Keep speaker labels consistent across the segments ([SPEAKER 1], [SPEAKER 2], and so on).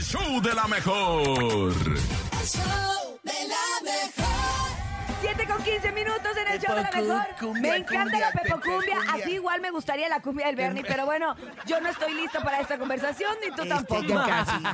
[SPEAKER 1] show de la mejor.
[SPEAKER 2] El show de la mejor.
[SPEAKER 3] 7 con 15 minutos en el show de la
[SPEAKER 4] Pepo
[SPEAKER 3] mejor.
[SPEAKER 4] cumbia,
[SPEAKER 3] me encanta
[SPEAKER 4] cumbia,
[SPEAKER 3] la Pepo
[SPEAKER 4] Pepe
[SPEAKER 3] Cumbia.
[SPEAKER 4] cumbia.
[SPEAKER 3] Así igual me gustaría la cumbia del Bernie, pero bueno, yo no estoy lista para esta conversación, ni tú
[SPEAKER 4] Este,
[SPEAKER 3] tampoco.
[SPEAKER 4] yo casi.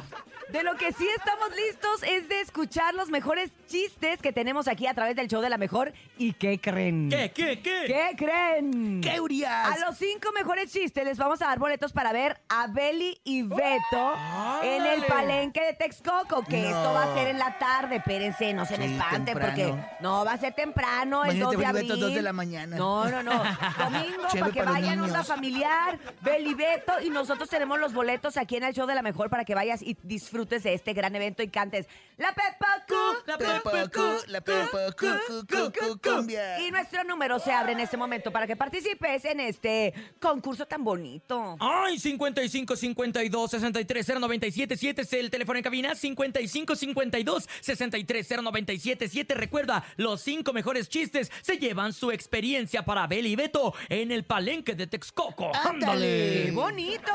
[SPEAKER 3] De lo que sí estamos listos es de escuchar los mejores chistes que tenemos aquí a través del show de la mejor. ¿Y qué creen?
[SPEAKER 5] ¿Qué, qué, qué?
[SPEAKER 3] ¿Qué creen?
[SPEAKER 4] ¿Qué, Urias?
[SPEAKER 3] A los cinco mejores chistes les vamos a dar boletos para ver a Beli y Beto en el
[SPEAKER 5] ándale.
[SPEAKER 3] palenque de Texcoco, que
[SPEAKER 4] ¡Oh! No.
[SPEAKER 3] esto va a ser en la tarde, espérense, no se me
[SPEAKER 4] Sí,
[SPEAKER 3] espanten,
[SPEAKER 4] temprano.
[SPEAKER 3] porque no va a ser temprano, el 2 de
[SPEAKER 4] Imagínate, Beli y
[SPEAKER 3] abril.
[SPEAKER 4] Beto, dos de la mañana.
[SPEAKER 3] No, no, no, domingo
[SPEAKER 4] Chévere
[SPEAKER 3] para que
[SPEAKER 4] para los
[SPEAKER 3] vayan onda
[SPEAKER 4] niños.
[SPEAKER 3] familiar, Beli y Beto, y nosotros tenemos los boletos aquí en el show de la mejor para que vayas y disfrutes de este gran evento y cantes La Pepa Cu.
[SPEAKER 4] La Pepo Cu, la Pepo Cu, cu, cu, cu, cumbia.
[SPEAKER 3] Y nuestro número se abre en este momento para que participes en este concurso tan bonito.
[SPEAKER 5] Ay, 55 52 63 097 7 es el teléfono en cabina. 55 52 63 097 7. Recuerda, los cinco mejores chistes se llevan su experiencia para Abel y Beto en el palenque de Texcoco.
[SPEAKER 4] Ándale.
[SPEAKER 3] ¡Qué bonito!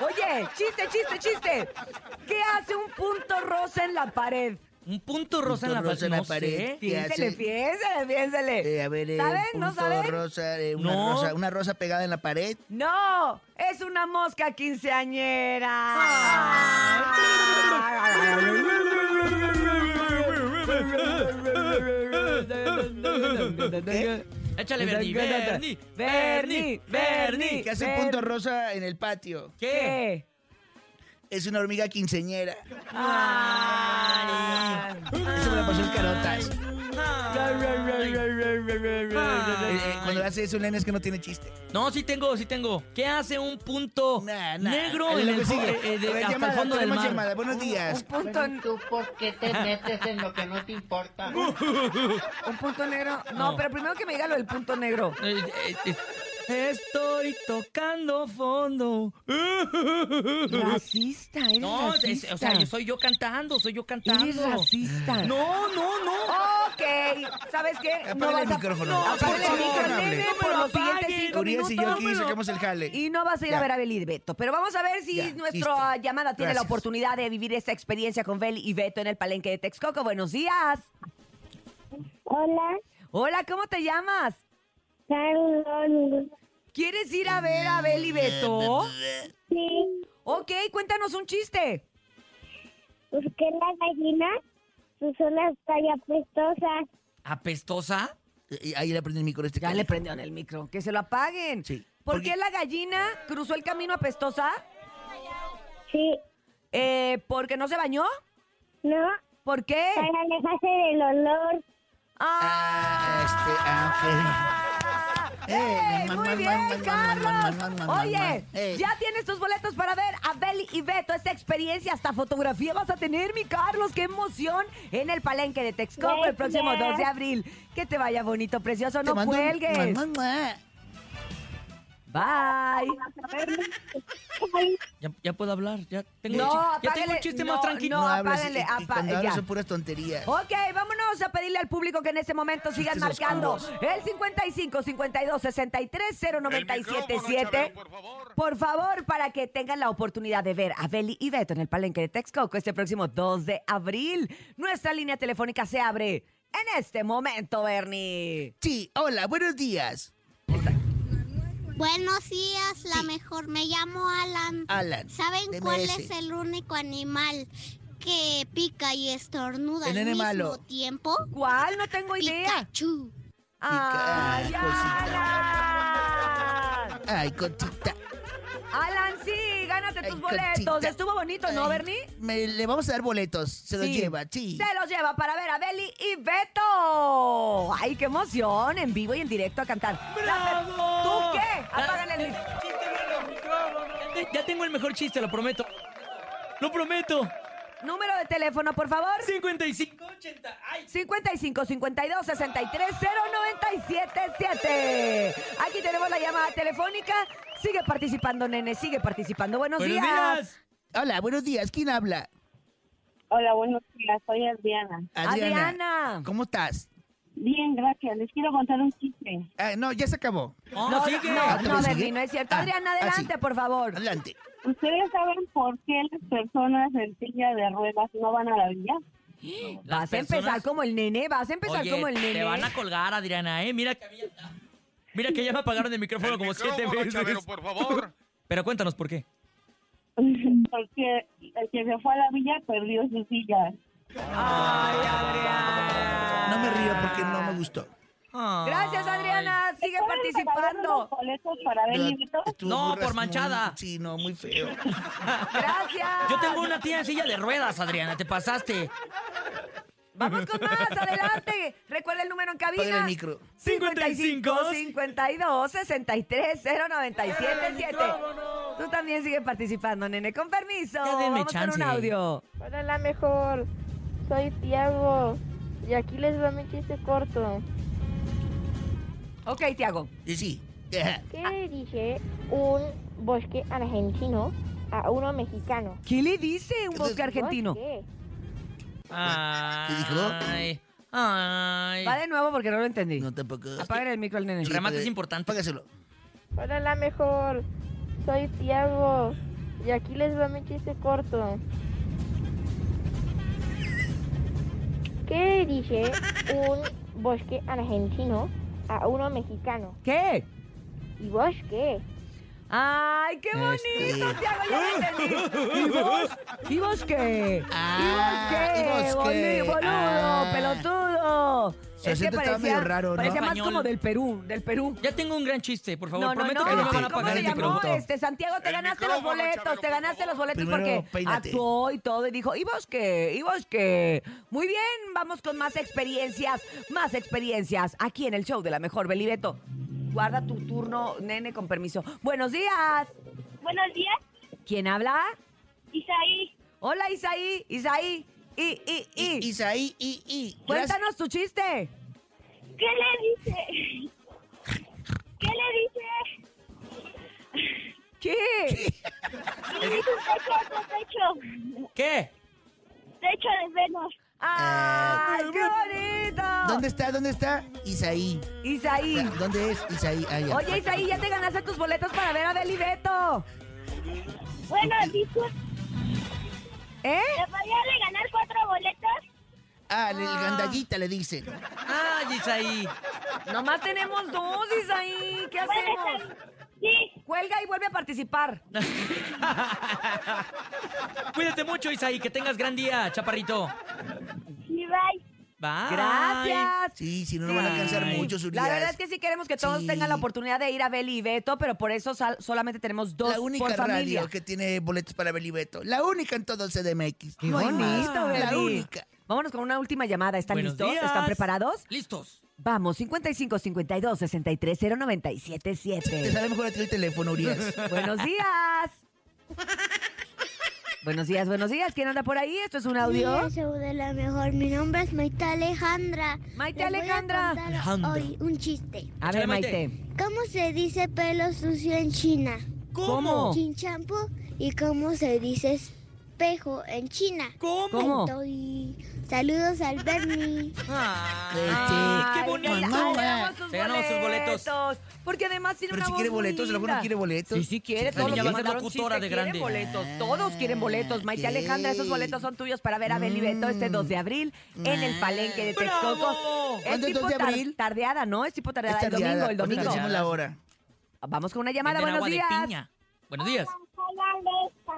[SPEAKER 3] Oye, chiste, chiste, chiste. ¿Qué hace un punto rosa en la pared?
[SPEAKER 5] Un punto rosa en la,
[SPEAKER 4] rosa en la
[SPEAKER 5] no sé.
[SPEAKER 4] pared. ¿Qué
[SPEAKER 3] Piénsele,
[SPEAKER 4] hace?
[SPEAKER 3] piénsele, piénsele.
[SPEAKER 4] Eh, a ver, eh,
[SPEAKER 3] ¿Saben?
[SPEAKER 4] un
[SPEAKER 3] ¿No
[SPEAKER 4] punto
[SPEAKER 3] saben?
[SPEAKER 4] rosa, eh, una,
[SPEAKER 5] No.
[SPEAKER 4] rosa, una rosa pegada en la pared.
[SPEAKER 3] ¡No! ¡Es una mosca quinceañera!
[SPEAKER 5] Échale, Bernie. Bernie.
[SPEAKER 3] Bernie, Bernie.
[SPEAKER 4] ¿Qué hace un
[SPEAKER 3] Ver-
[SPEAKER 4] punto rosa en el patio?
[SPEAKER 5] ¿Qué?
[SPEAKER 3] ¿Qué?
[SPEAKER 4] Es una hormiga quinceñera.
[SPEAKER 3] Ah.
[SPEAKER 4] Eso me la pasó en carotas. Eh, eh,
[SPEAKER 5] Ay.
[SPEAKER 4] cuando hace eso, Lena, es que no tiene chiste.
[SPEAKER 5] No, sí tengo, sí tengo. ¿Qué hace un punto
[SPEAKER 4] Nah, nah.
[SPEAKER 5] negro
[SPEAKER 4] Ahí
[SPEAKER 5] en
[SPEAKER 4] lo
[SPEAKER 5] el,
[SPEAKER 4] que
[SPEAKER 5] fo-
[SPEAKER 4] sigue.
[SPEAKER 5] eh, eh, de-
[SPEAKER 4] A ver,
[SPEAKER 5] hasta
[SPEAKER 4] llamada,
[SPEAKER 5] el fondo del
[SPEAKER 4] tenemos
[SPEAKER 5] mar?
[SPEAKER 4] llamada. Buenos
[SPEAKER 3] Un
[SPEAKER 4] días.
[SPEAKER 3] punto,
[SPEAKER 6] Pero ¿Tú por qué te metes en lo que no te importa?
[SPEAKER 3] un punto negro. No,
[SPEAKER 5] No.
[SPEAKER 3] pero primero que me diga lo del punto negro.
[SPEAKER 5] Eh, eh, eh, Estoy tocando fondo.
[SPEAKER 3] Racista, eres
[SPEAKER 5] No, es-
[SPEAKER 3] racista.
[SPEAKER 5] o sea, yo soy yo cantando, soy yo cantando.
[SPEAKER 3] Eres racista.
[SPEAKER 5] No, no, no.
[SPEAKER 3] Ok, ¿sabes qué?
[SPEAKER 4] Apágale el
[SPEAKER 3] vas a-
[SPEAKER 4] micrófono.
[SPEAKER 3] No,
[SPEAKER 4] No,
[SPEAKER 3] apágale
[SPEAKER 4] por
[SPEAKER 3] el
[SPEAKER 4] favor,
[SPEAKER 3] micrófono,
[SPEAKER 4] hable.
[SPEAKER 3] nene,
[SPEAKER 5] No me
[SPEAKER 3] por
[SPEAKER 5] lo
[SPEAKER 3] los
[SPEAKER 5] apaguen.
[SPEAKER 3] siguientes cinco
[SPEAKER 4] Urias y yo aquí
[SPEAKER 3] minutos.
[SPEAKER 4] sacamos el jale.
[SPEAKER 3] Y no vas a ir a
[SPEAKER 4] Ya.
[SPEAKER 3] ver a Beli y Beto, pero vamos a ver si
[SPEAKER 4] Ya,
[SPEAKER 3] nuestra
[SPEAKER 4] listo.
[SPEAKER 3] llamada tiene la
[SPEAKER 4] Gracias.
[SPEAKER 3] oportunidad de vivir esta experiencia con Beli y Beto en el palenque de Texcoco. Buenos días.
[SPEAKER 7] Hola,
[SPEAKER 3] Hola, ¿cómo te llamas?
[SPEAKER 7] Carlos.
[SPEAKER 3] ¿Quieres ir a ver a
[SPEAKER 4] Mm,
[SPEAKER 3] Beli y Beto?
[SPEAKER 4] eh,
[SPEAKER 7] Sí,
[SPEAKER 3] Ok, cuéntanos un chiste.
[SPEAKER 7] porque la gallina, sus olas talla apestosas.
[SPEAKER 5] ¿Apestosa?
[SPEAKER 4] Y- y Eh, Ahí le prendí el micro a este.
[SPEAKER 3] Ya le
[SPEAKER 4] cabrón.
[SPEAKER 3] prendieron el micro. Que se lo apaguen.
[SPEAKER 4] Sí.
[SPEAKER 3] ¿Por
[SPEAKER 4] Porque-
[SPEAKER 3] qué la gallina cruzó el camino apestosa?
[SPEAKER 7] Sí,
[SPEAKER 3] Eh, ¿Porque no se bañó?
[SPEAKER 7] ¿no?
[SPEAKER 3] ¿Por qué?
[SPEAKER 7] Para alejarse del olor.
[SPEAKER 3] ¡Ah!
[SPEAKER 4] Este, ah, ok.
[SPEAKER 3] ¡Ey,
[SPEAKER 4] Eh, man,
[SPEAKER 3] muy
[SPEAKER 4] man, man,
[SPEAKER 3] bien,
[SPEAKER 4] man, man, man, man,
[SPEAKER 3] Carlos!
[SPEAKER 4] man, man,
[SPEAKER 3] Oye,
[SPEAKER 4] man. Eh. Ey.
[SPEAKER 3] ya tienes tus boletos para ver a Beli y Beto. Esta experiencia, hasta fotografía vas a tener, mi Carlos. ¡Qué emoción! En el palenque de Texcoco el próximo
[SPEAKER 7] Gracias.
[SPEAKER 3] 2 de abril. Que te vaya bonito, precioso.
[SPEAKER 4] Te
[SPEAKER 3] No
[SPEAKER 4] mando un-
[SPEAKER 3] cuelgues.
[SPEAKER 4] man, man, man.
[SPEAKER 3] Bye.
[SPEAKER 5] Ya, ya puedo hablar, ya tengo,
[SPEAKER 3] No,
[SPEAKER 5] un chi- ya tengo
[SPEAKER 3] apágale,
[SPEAKER 5] un chiste
[SPEAKER 3] no,
[SPEAKER 5] más tranquilo.
[SPEAKER 3] No,
[SPEAKER 4] No hablas, y-
[SPEAKER 3] apáguenle,
[SPEAKER 4] y- y
[SPEAKER 3] apa-
[SPEAKER 4] cuando hablas
[SPEAKER 3] ya. Oh.
[SPEAKER 4] son puras tonterías.
[SPEAKER 3] Ok, vámonos a pedirle al público que en este momento sigan
[SPEAKER 4] Chistes
[SPEAKER 3] marcando
[SPEAKER 4] oscuros.
[SPEAKER 3] el 55 52 63 097 7.
[SPEAKER 1] favor.
[SPEAKER 3] Por favor, para que tengan la oportunidad de ver a Beli y Beto en el Palenque de Texcoco este próximo 2 de abril. Nuestra línea telefónica se abre en este momento, Bernie.
[SPEAKER 4] Sí, hola, buenos días.
[SPEAKER 8] Buenos días, la mejor. Me llamo Alan.
[SPEAKER 7] Ah,
[SPEAKER 4] Alan.
[SPEAKER 8] ¿Saben
[SPEAKER 4] de
[SPEAKER 8] cuál
[SPEAKER 4] MS.
[SPEAKER 8] es el único animal que pica y estornuda
[SPEAKER 4] El
[SPEAKER 8] al
[SPEAKER 4] nene
[SPEAKER 8] mismo
[SPEAKER 4] malo.
[SPEAKER 8] tiempo?
[SPEAKER 3] ¿Cuál? No tengo idea.
[SPEAKER 8] Pikachu.
[SPEAKER 4] Pues
[SPEAKER 3] ¡Ay, Alan!
[SPEAKER 4] Ay, cotita.
[SPEAKER 3] Alan, sí, gánate
[SPEAKER 4] ay,
[SPEAKER 3] tus boletos.
[SPEAKER 4] cotita.
[SPEAKER 3] Estuvo bonito, ¿no,
[SPEAKER 4] Ay,
[SPEAKER 3] Bernie?
[SPEAKER 4] me- le vamos a dar boletos. Se los
[SPEAKER 3] Sí.
[SPEAKER 4] lleva, sí.
[SPEAKER 3] Se los lleva para ver a Beli y Beto. ¡Ay, qué emoción! En vivo y en directo a cantar.
[SPEAKER 5] ¡Bravo!
[SPEAKER 3] ¿Tú qué? Apágale el mic-
[SPEAKER 5] Ya- Ya tengo el mejor chiste, lo prometo. Lo prometo.
[SPEAKER 3] Número de teléfono, por favor.
[SPEAKER 5] 5580. Ay,
[SPEAKER 3] 55 52 63 097 7. Aquí tenemos la llamada telefónica. Sigue participando, nene, sigue participando. Buenos,
[SPEAKER 5] buenos
[SPEAKER 3] días.
[SPEAKER 5] días.
[SPEAKER 4] Hola, buenos días. ¿Quién habla?
[SPEAKER 7] Hola, buenos días, soy Adriana.
[SPEAKER 3] Adriana.
[SPEAKER 4] ¿Cómo estás?
[SPEAKER 7] Bien, gracias. Les quiero contar un chiste.
[SPEAKER 4] Ah, no, ya se acabó.
[SPEAKER 5] Oh,
[SPEAKER 3] no,
[SPEAKER 5] sigue.
[SPEAKER 3] no,
[SPEAKER 4] ¿Tú
[SPEAKER 3] no,
[SPEAKER 4] Ah, sigue?
[SPEAKER 3] Bernie, no es cierto.
[SPEAKER 4] Ah,
[SPEAKER 3] Adriana,
[SPEAKER 4] ah, sí.
[SPEAKER 3] adelante, por favor.
[SPEAKER 4] Adelante.
[SPEAKER 7] ¿Ustedes saben por qué las personas en silla de ruedas no van a la villa?
[SPEAKER 3] Vas
[SPEAKER 5] Las
[SPEAKER 3] a
[SPEAKER 5] personas-
[SPEAKER 3] empezar como el nene, vas a empezar
[SPEAKER 5] Oye,
[SPEAKER 3] como el nene.
[SPEAKER 5] Te van a colgar, Adriana, ¿eh? Mira que a mí ya- Mira que ya me apagaron el micrófono como siete veces.
[SPEAKER 1] por favor.
[SPEAKER 5] Pero cuéntanos por qué.
[SPEAKER 7] Porque el que se fue a la villa perdió su silla.
[SPEAKER 3] Ay, Adriana.
[SPEAKER 4] No me río porque no me gustó.
[SPEAKER 5] Ay.
[SPEAKER 3] Ah. Gracias, Adriana. Sigue
[SPEAKER 7] ¿Pueden regalar
[SPEAKER 3] participando.
[SPEAKER 7] unos boletos para ver
[SPEAKER 4] Pero
[SPEAKER 7] libritos?
[SPEAKER 4] estuvo
[SPEAKER 5] No,
[SPEAKER 4] muy
[SPEAKER 5] por
[SPEAKER 4] ras- muy-
[SPEAKER 5] manchada.
[SPEAKER 4] sí, no, muy feo.
[SPEAKER 3] Gracias.
[SPEAKER 5] Yo tengo una tía en silla de ruedas, Adriana. Te pasaste.
[SPEAKER 3] Vamos con más, adelante. Recuerda el número en cabina.
[SPEAKER 4] Apaga el micro.
[SPEAKER 3] 55 52 63 097 7. Tú también sigue participando, nene. Con permiso.
[SPEAKER 5] Ya denme
[SPEAKER 3] Vamos con
[SPEAKER 5] chance.
[SPEAKER 3] un audio.
[SPEAKER 9] Hola, la mejor. Soy Tiago y aquí les va mi chiste corto.
[SPEAKER 3] Ok, Tiago.
[SPEAKER 4] Y sí. Ajá.
[SPEAKER 9] ¿Qué
[SPEAKER 3] Ah.
[SPEAKER 9] le dice un bosque argentino a uno mexicano?
[SPEAKER 3] ¿Qué le dice un bosque argentino?
[SPEAKER 9] Bosque.
[SPEAKER 5] Ay.
[SPEAKER 4] dijo?
[SPEAKER 5] Ay.
[SPEAKER 3] Va de nuevo porque no lo entendí.
[SPEAKER 4] No, tampoco.
[SPEAKER 3] Apaguen el micro al nene.
[SPEAKER 5] El remate es importante.
[SPEAKER 4] Págaselo.
[SPEAKER 9] Hola, la mejor. Soy Tiago y aquí les va mi chiste corto. ¿Qué le dice un bosque argentino a uno mexicano?
[SPEAKER 3] ¿Qué?
[SPEAKER 9] ¿Y bosque?
[SPEAKER 3] ¡Ay, qué bonito,
[SPEAKER 4] Este.
[SPEAKER 3] Tiago! Ya lo entendí. ¿Y vos? ¿Y vos qué?
[SPEAKER 4] Ah,
[SPEAKER 3] ¿Y vos qué?
[SPEAKER 4] ¿y vos qué?
[SPEAKER 3] boli- Boludo,
[SPEAKER 4] Ah.
[SPEAKER 3] pelotudo.
[SPEAKER 4] Su acento estaba medio raro, ¿no?
[SPEAKER 3] Parecía más
[SPEAKER 5] Español.
[SPEAKER 3] como del Perú, del Perú.
[SPEAKER 5] Ya tengo un gran chiste, por favor.
[SPEAKER 3] No, no,
[SPEAKER 5] Prometo
[SPEAKER 3] no.
[SPEAKER 5] que no me van a
[SPEAKER 3] ¿Cómo
[SPEAKER 5] pagar
[SPEAKER 3] se
[SPEAKER 5] el
[SPEAKER 3] llamó?
[SPEAKER 5] micrófono.
[SPEAKER 3] Este, Santiago, te
[SPEAKER 1] El
[SPEAKER 3] ganaste los
[SPEAKER 1] micrófono,
[SPEAKER 3] boletos,
[SPEAKER 1] Chabelo,
[SPEAKER 3] te
[SPEAKER 1] por
[SPEAKER 3] ganaste los
[SPEAKER 1] favor.
[SPEAKER 3] boletos
[SPEAKER 4] Primero,
[SPEAKER 3] porque
[SPEAKER 4] peínate.
[SPEAKER 3] actuó y todo y dijo, ¿y vos qué? ¿Y vos qué? Muy bien, vamos con más experiencias, más experiencias aquí en el show de la mejor, Belibeto. Guarda tu turno, nene, con permiso. Buenos días.
[SPEAKER 7] Buenos días,
[SPEAKER 3] ¿Quién habla?
[SPEAKER 7] Isaí.
[SPEAKER 3] Hola, Isaí, Isaí, y, y, y.
[SPEAKER 4] I- Isaí, y, y. Gracias.
[SPEAKER 3] Cuéntanos tu chiste.
[SPEAKER 7] ¿Qué le dice? ¿Qué le dice?
[SPEAKER 3] ¿Qué?
[SPEAKER 7] ¿Qué le dice un techo a otro techo?
[SPEAKER 5] ¿Qué?
[SPEAKER 7] Techo de Venus.
[SPEAKER 3] ¡Ay, qué bonito!
[SPEAKER 4] Eh, ¿Dónde está? ¿Dónde está? Isaí.
[SPEAKER 3] Isaí.
[SPEAKER 4] ¿Dónde es? Isaí. Ah, ya.
[SPEAKER 3] Oye, Isaí, ya te ganaste tus boletos para ver a Beli Beto.
[SPEAKER 7] Bueno, disculpe,
[SPEAKER 3] ¿Eh?
[SPEAKER 7] ¿me podría regalar cuatro boletos?
[SPEAKER 4] Ah, el gandallita le dicen.
[SPEAKER 5] Ay, Isaí.
[SPEAKER 3] Nomás tenemos dos, Isaí. ¿Qué hacemos?
[SPEAKER 7] Sí,
[SPEAKER 3] Cuelga y vuelve a participar.
[SPEAKER 5] Cuídate mucho, Isaí. Que tengas gran día, chaparrito.
[SPEAKER 7] sí, bye.
[SPEAKER 5] Bye.
[SPEAKER 3] Gracias.
[SPEAKER 4] Sí, si no, no van a cansar
[SPEAKER 5] Sí.
[SPEAKER 4] mucho,
[SPEAKER 3] La
[SPEAKER 4] Urias.
[SPEAKER 3] verdad es que sí queremos que todos
[SPEAKER 4] Sí.
[SPEAKER 3] tengan la oportunidad de ir a Beli y Beto, pero por eso sal- solamente tenemos dos
[SPEAKER 4] la única
[SPEAKER 3] por familia.
[SPEAKER 4] radio que tiene boletos para Belibeto. La única en todo el CDMX.
[SPEAKER 3] Qué
[SPEAKER 4] No hay más.
[SPEAKER 3] bonito,
[SPEAKER 4] La
[SPEAKER 3] Beli.
[SPEAKER 4] única.
[SPEAKER 3] Vámonos con una última llamada. ¿Están
[SPEAKER 5] Buenos
[SPEAKER 3] listos?
[SPEAKER 5] días.
[SPEAKER 3] ¿Están preparados?
[SPEAKER 5] Listos.
[SPEAKER 3] Vamos, 55 52 63 097
[SPEAKER 4] Te
[SPEAKER 3] 7.
[SPEAKER 4] sale mejor a ti el teléfono, Urias.
[SPEAKER 3] Buenos días. buenos días, buenos días. ¿Quién anda por ahí? Esto es un audio.
[SPEAKER 8] Mira, show de la mejor. Mi nombre es Maite Alejandra.
[SPEAKER 3] Maite
[SPEAKER 8] Les voy a
[SPEAKER 3] Alejandra.
[SPEAKER 8] contar
[SPEAKER 5] Alejandra.
[SPEAKER 8] Hoy un chiste.
[SPEAKER 3] A ver,
[SPEAKER 5] Échale, Maite.
[SPEAKER 3] Maite.
[SPEAKER 8] ¿Cómo se dice pelo sucio en China?
[SPEAKER 5] Oh.
[SPEAKER 3] ¿Cómo?
[SPEAKER 8] Chinchampo. ¿Y cómo se dice espejo en China?
[SPEAKER 5] ¿Cómo?
[SPEAKER 3] ¿Cómo?
[SPEAKER 8] Estoy- Saludos al Bernie.
[SPEAKER 5] Este, Ay, qué bonito.
[SPEAKER 3] Ay, ganamos sus
[SPEAKER 5] Se ganamos sus boletos.
[SPEAKER 3] Porque además tiene
[SPEAKER 4] Pero
[SPEAKER 3] una
[SPEAKER 4] si quiere
[SPEAKER 3] voz
[SPEAKER 4] boletos, luego no
[SPEAKER 3] linda.
[SPEAKER 4] quiere boletos.
[SPEAKER 3] Sí, sí quiere. Todos
[SPEAKER 5] Ella
[SPEAKER 3] los que
[SPEAKER 5] va a ser
[SPEAKER 3] mandaron
[SPEAKER 5] locutora
[SPEAKER 3] chiste
[SPEAKER 5] de
[SPEAKER 3] quieren
[SPEAKER 5] grande.
[SPEAKER 3] boletos. Todos quieren boletos. Maite
[SPEAKER 4] ok.
[SPEAKER 3] Alejandra, esos boletos son tuyos para ver a Beli Beto este 2 de abril en el
[SPEAKER 4] Ah.
[SPEAKER 3] Palenque de
[SPEAKER 5] ¡Bravo!
[SPEAKER 3] Texcoco. Es
[SPEAKER 4] ¿Cuándo es
[SPEAKER 3] tipo
[SPEAKER 4] 2 de
[SPEAKER 3] tar-
[SPEAKER 4] abril?
[SPEAKER 3] tardeada, ¿no? Es tipo tardeada.
[SPEAKER 4] Esta
[SPEAKER 3] el domingo,
[SPEAKER 4] riada.
[SPEAKER 3] el
[SPEAKER 4] Ahorita
[SPEAKER 3] domingo.
[SPEAKER 4] decimos la hora.
[SPEAKER 3] Vamos con una llamada. Buenos
[SPEAKER 5] Venden agua de
[SPEAKER 3] días.
[SPEAKER 5] piña. Buenos días.
[SPEAKER 7] Hola, Alexa.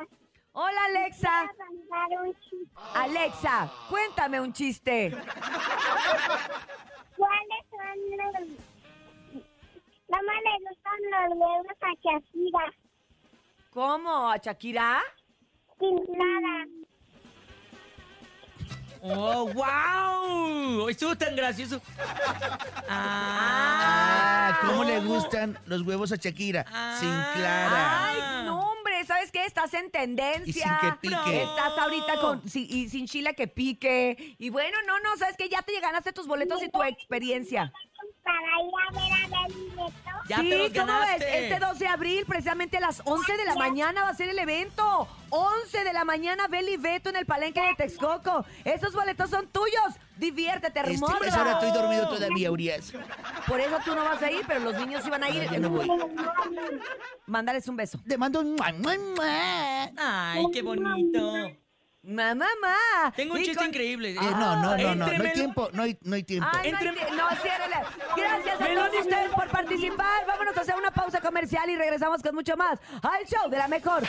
[SPEAKER 3] Hola, Alexa.
[SPEAKER 7] mandar un chiste.
[SPEAKER 3] Alexa, cuéntame un chiste.
[SPEAKER 7] ¿Cuáles son los... No más le gustan los huevos a Shakira.
[SPEAKER 3] ¿Cómo? ¿A Shakira?
[SPEAKER 7] Sin nada.
[SPEAKER 5] ¡Oh, wow! Estuvo tan gracioso.
[SPEAKER 4] Ah, ¿cómo le
[SPEAKER 5] ¿cómo?
[SPEAKER 4] gustan los huevos a Shakira?
[SPEAKER 5] Ah.
[SPEAKER 4] Sin Clara.
[SPEAKER 3] Ay, no, hombre, ¿sabes qué? Estás en tendencia.
[SPEAKER 4] Ah. Y sin que pique.
[SPEAKER 3] Estás ahorita con, sí, y sin chila que pique. Y bueno, no, no, ¿sabes qué? Ya te ganaste tus boletos y tu experiencia.
[SPEAKER 7] Está para ir a ver a Belly Beto?
[SPEAKER 5] Ya
[SPEAKER 3] sí,
[SPEAKER 5] te
[SPEAKER 3] ¿cómo
[SPEAKER 5] los
[SPEAKER 3] ves?
[SPEAKER 5] ganaste.
[SPEAKER 3] Este 12 de abril, precisamente a las 11 de la mañana va a ser el evento. 11 de la mañana, Beli Beto en el Palenque de Texcoco. Esos boletos son tuyos. Diviértete,
[SPEAKER 4] Este,
[SPEAKER 3] hermoso.
[SPEAKER 4] pues ahora estoy dormido todavía, Urias.
[SPEAKER 3] Por eso tú no vas a ir, pero los niños sí van a ir.
[SPEAKER 4] Ya me voy.
[SPEAKER 3] Mándales un beso.
[SPEAKER 4] Te mando un... mua, mua, mua.
[SPEAKER 5] Ay, qué bonito.
[SPEAKER 3] Mamá, mamá.
[SPEAKER 5] Tengo un
[SPEAKER 3] Y
[SPEAKER 5] chiste
[SPEAKER 3] con-
[SPEAKER 5] increíble. Eh,
[SPEAKER 4] Eh, no, no, no, no, no hay
[SPEAKER 5] Éntremelo.
[SPEAKER 4] tiempo, no hay, no hay tiempo.
[SPEAKER 3] Ay, no,
[SPEAKER 5] Entre-
[SPEAKER 3] enti- no, ciérrele. Gracias a
[SPEAKER 5] Me lo
[SPEAKER 3] todos
[SPEAKER 5] diste.
[SPEAKER 3] ustedes por participar. Vámonos a hacer una pausa comercial y regresamos con mucho más al show de la mejor.